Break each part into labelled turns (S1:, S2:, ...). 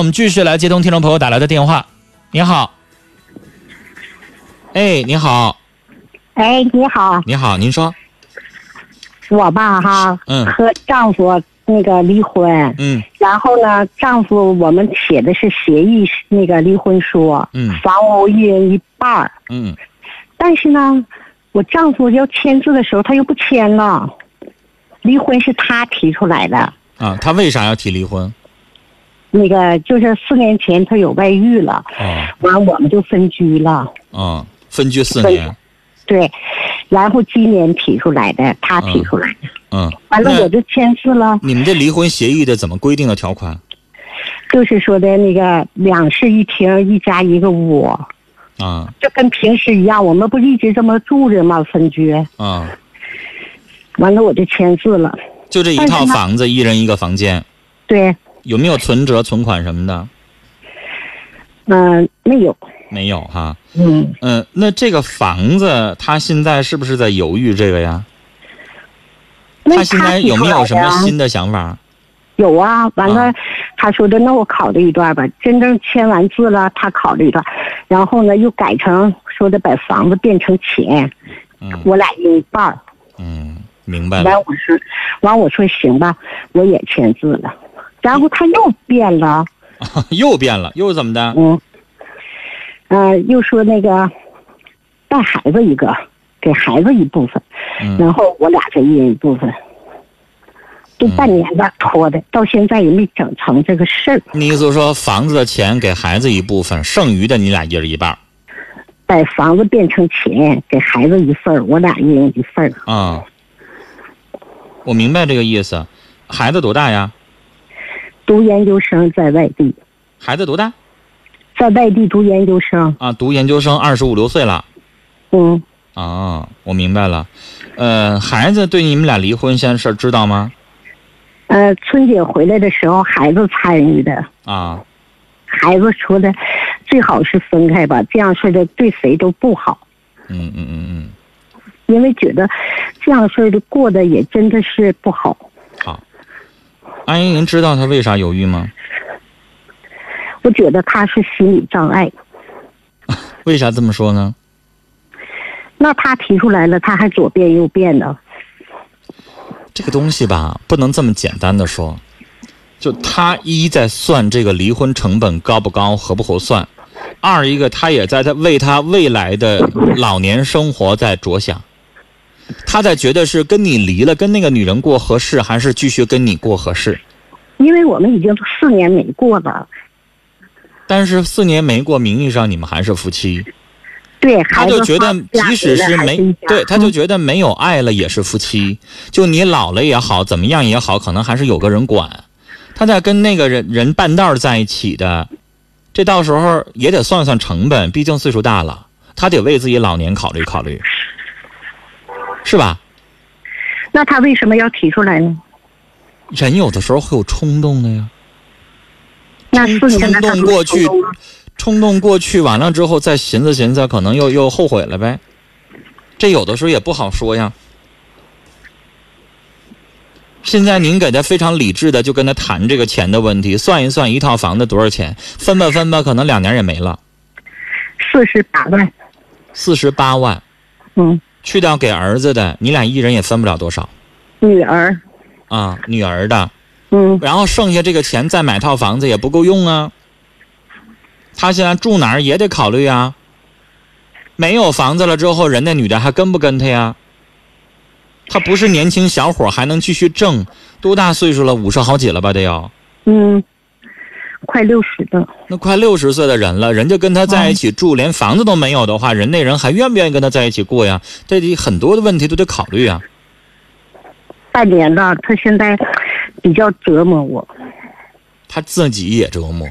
S1: 我们继续来接通听众朋友打来的电话。你好，哎，你好，
S2: 哎，你好，
S1: 你好，您说，
S2: 我吧哈，
S1: 嗯
S2: 和丈夫那个离婚，
S1: 嗯
S2: 然后呢，丈夫我们写的是协议那个离婚书，
S1: 嗯
S2: 房屋一人一半儿，
S1: 嗯，
S2: 但是呢，我丈夫要签字的时候他又不签了，离婚是他提出来的，
S1: 啊，他为啥要提离婚？
S2: 那个就是四年前他有外遇了，
S1: 哦，
S2: 完我们就分居了，
S1: 啊，分居四
S2: 分
S1: 年，
S2: 对，然后今年提出来的，他提出来的，
S1: 嗯，
S2: 完了
S1: 那
S2: 我就签字了。
S1: 你们这离婚协议的怎么规定的条款？
S2: 就是说的那个两室一厅，一家一个屋，
S1: 啊
S2: 就跟平时一样。我们不一直这么住着吗？分居，
S1: 啊，
S2: 完了我就签字了。
S1: 就这一
S2: 但是
S1: 套
S2: 他
S1: 房子，一人一个房间，
S2: 对，
S1: 有没有存折、存款什么的？
S2: 嗯、没有，
S1: 没有哈。
S2: 嗯，
S1: 嗯，那这个房子他现在是不是在犹豫这个呀？
S2: 那
S1: 他现在有没有什么
S2: 提出来的啊
S1: 新的想法？
S2: 有啊，完了，
S1: 啊
S2: 他说的那我考虑一段吧。真正签完字了，他考虑一段，然后呢又改成说的把房子变成钱，
S1: 嗯
S2: 我俩一半儿。
S1: 嗯，明白
S2: 完
S1: 了。
S2: 我说，完我说行吧，我也签字了。然后他又变了。
S1: 又变了，又怎么的？
S2: 嗯，呃，又说那个带孩子一个，给孩子一部分，
S1: 嗯
S2: 然后我俩这一人一部分，这
S1: 嗯
S2: 半年吧拖的，到现在也没整成这个事儿。
S1: 你意思说房子的钱给孩子一部分，剩余的你俩一人一半儿
S2: 把房子变成钱，给孩子一份儿，我俩一人一份儿。
S1: 啊？我明白这个意思。孩子多大呀？
S2: 读研究生在外地，
S1: 孩子多大
S2: 在外地读研究生，
S1: 啊？读研究生，二十五六岁了
S2: 嗯，
S1: 啊。我明白了。呃，孩子对你们俩离婚现在事儿知道吗？
S2: 呃，春节回来的时候，孩子参与的。
S1: 啊，
S2: 孩子说的，最好是分开吧，这样式的对谁都不好。
S1: 嗯嗯嗯嗯，
S2: 因为觉得这样事儿的过得也真的是不好。
S1: 好。阿姨，您知道他为啥犹豫吗？
S2: 我觉得他是心理障碍。
S1: 为啥这么说呢？
S2: 那他提出来了，他还左变右变的。
S1: 这个东西吧，不能这么简单的说。就他一在算这个离婚成本高不高，合不合算；二一个他也在他为他未来的老年生活在着想，他在觉得是跟你离了，跟那个女人过合适，还是继续跟你过合适。
S2: 因为我们已经四年没过了，
S1: 但是四年没过，名义上你们还是夫妻，
S2: 对，
S1: 他
S2: 孩子
S1: 就觉得
S2: 放假
S1: 即使
S2: 回来
S1: 是
S2: 还
S1: 没
S2: 一家嗯
S1: 对，他就觉得没有爱了也是夫妻。就你老了也好，怎么样也好，可能还是有个人管。他在跟那个人人半道儿在一起的，这到时候也得算算成本，毕竟岁数大了，他得为自己老年考虑考虑，是吧？
S2: 那他为什么要提出来呢？
S1: 人有的时候会有冲动的呀。
S2: 那四年
S1: 冲
S2: 了，他
S1: 动
S2: 不是
S1: 过去
S2: 冲动了
S1: 冲动过去完了之后再寻思寻思，可能又又后悔了呗。这有的时候也不好说呀。现在您给他非常理智的就跟他谈这个钱的问题，算一算一套房子多少钱，分吧分吧，可能两年也没了，
S2: 四十八万，
S1: 四十八万，
S2: 嗯，
S1: 去掉给儿子的，你俩一人也分不了多少
S2: 女儿，
S1: 啊，女儿的，
S2: 嗯，
S1: 然后剩下这个钱再买套房子也不够用啊。他现在住哪儿也得考虑啊。没有房子了之后，人那女的还跟不跟他呀？他不是年轻小伙儿，还能继续挣，多大岁数了？五十好几了吧？得有，
S2: 嗯，快六十了，
S1: 那快六十岁的人了，人家跟他在一起住，连房子都没有的话，人那人还愿不愿意跟他在一起过呀？这得很多的问题都得考虑啊。
S2: 半年了，他现在比较折磨我，
S1: 他自己也折磨，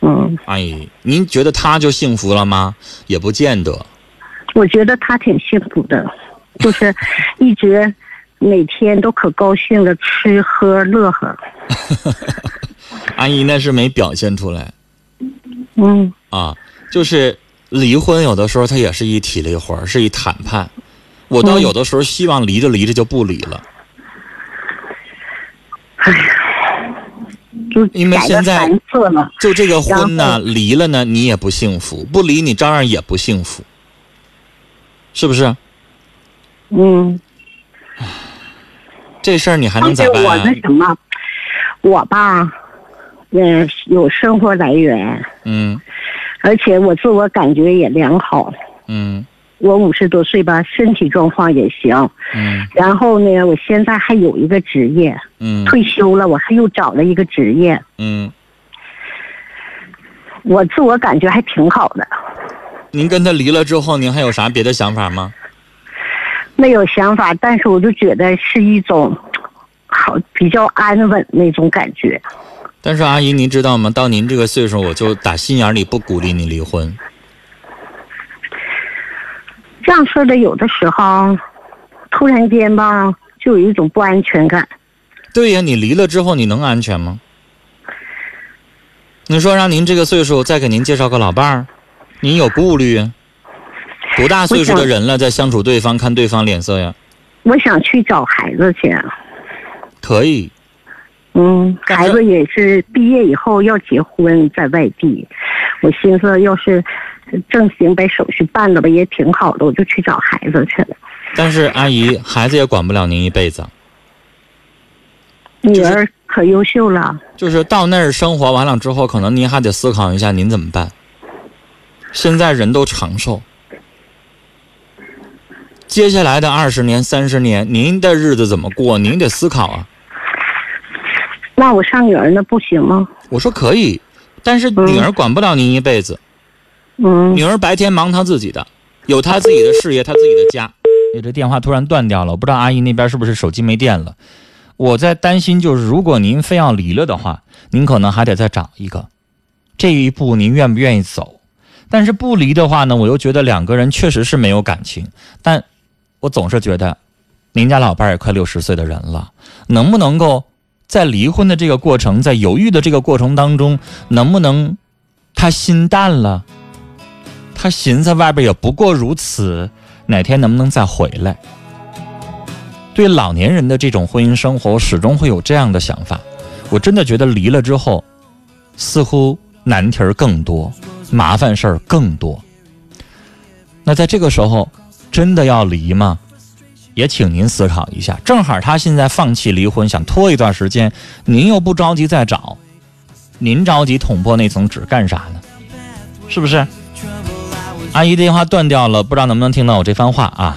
S2: 嗯，
S1: 阿姨，您觉得他就幸福了吗？也不见得。
S2: 我觉得他挺幸福的，就是一直每天都可高兴了，吃喝乐呵。
S1: 阿姨那是没表现出来
S2: 嗯，
S1: 啊，就是离婚有的时候它也是一体力活儿，是一谈判。我倒
S2: 嗯
S1: 有的时候希望离着离着就不离了。
S2: 哎呀，就
S1: 因为
S2: 改
S1: 现
S2: 了
S1: 在
S2: 三次了。
S1: 就这个婚
S2: 然
S1: 呢，离了呢，你也不幸福；不离，你照样也不幸福，是不是？
S2: 嗯，
S1: 这事儿你还
S2: 而
S1: 能
S2: 且
S1: 咋办
S2: 我
S1: 啊
S2: 那？什么，我吧，嗯，有生活来源，
S1: 嗯
S2: 而且我自我感觉也良好。
S1: 嗯
S2: 我五十多岁吧，身体状况也行。
S1: 嗯
S2: 然后呢，我现在还有一个职业，
S1: 嗯
S2: 退休了，我还又找了一个职业，
S1: 嗯，
S2: 我自我感觉还挺好的，
S1: 您跟他离了之后，您还有啥别的想法吗？
S2: 没有想法，但是我就觉得是一种好比较安稳那种感觉。
S1: 但是阿姨，您知道吗？到您这个岁数，我就打心眼里不鼓励你离婚。
S2: 这样式的有的时候，突然间吧，就有一种不安全感。
S1: 对呀，你离了之后，你能安全吗？你说让您这个岁数再给您介绍个老伴儿，您有顾虑呀？多大岁数的人了，再相处对方，看对方脸色呀？
S2: 我想去找孩子去，啊
S1: 可以，
S2: 嗯，
S1: 但是
S2: 孩子也是毕业以后要结婚，在外地，我寻思要是正经把手续办了吧，也挺好的，我就去找孩子去了。
S1: 但是阿姨，孩子也管不了您一辈子，
S2: 女儿可优秀了，
S1: 就是到那儿生活完了之后，可能您还得思考一下您怎么办。现在人都长寿，接下来的二十年、三十年，您的日子怎么过？您得思考啊。
S2: 那我上女儿那不行吗？
S1: 我说可以，但是女儿管不了您一辈子，
S2: 嗯，
S1: 女儿白天忙她自己的，有她自己的事业，她自己的家。你这电话突然断掉了，我不知道阿姨那边是不是手机没电了。我在担心，就是如果您非要离了的话，您可能还得再找一个，这一步您愿不愿意走？但是不离的话呢，我又觉得两个人确实是没有感情，但我总是觉得，您家老伴儿也快六十岁的人了，能不能够在离婚的这个过程，在犹豫的这个过程当中，能不能他心淡了？他寻思外边也不过如此，哪天能不能再回来？对老年人的这种婚姻生活，我始终会有这样的想法。我真的觉得离了之后，似乎难题儿更多，麻烦事儿更多。那在这个时候，真的要离吗？也请您思考一下。正好他现在放弃离婚，想拖一段时间，您又不着急再找，您着急捅破那层纸干啥呢？是不是？阿姨电话断掉了，不知道能不能听到我这番话啊？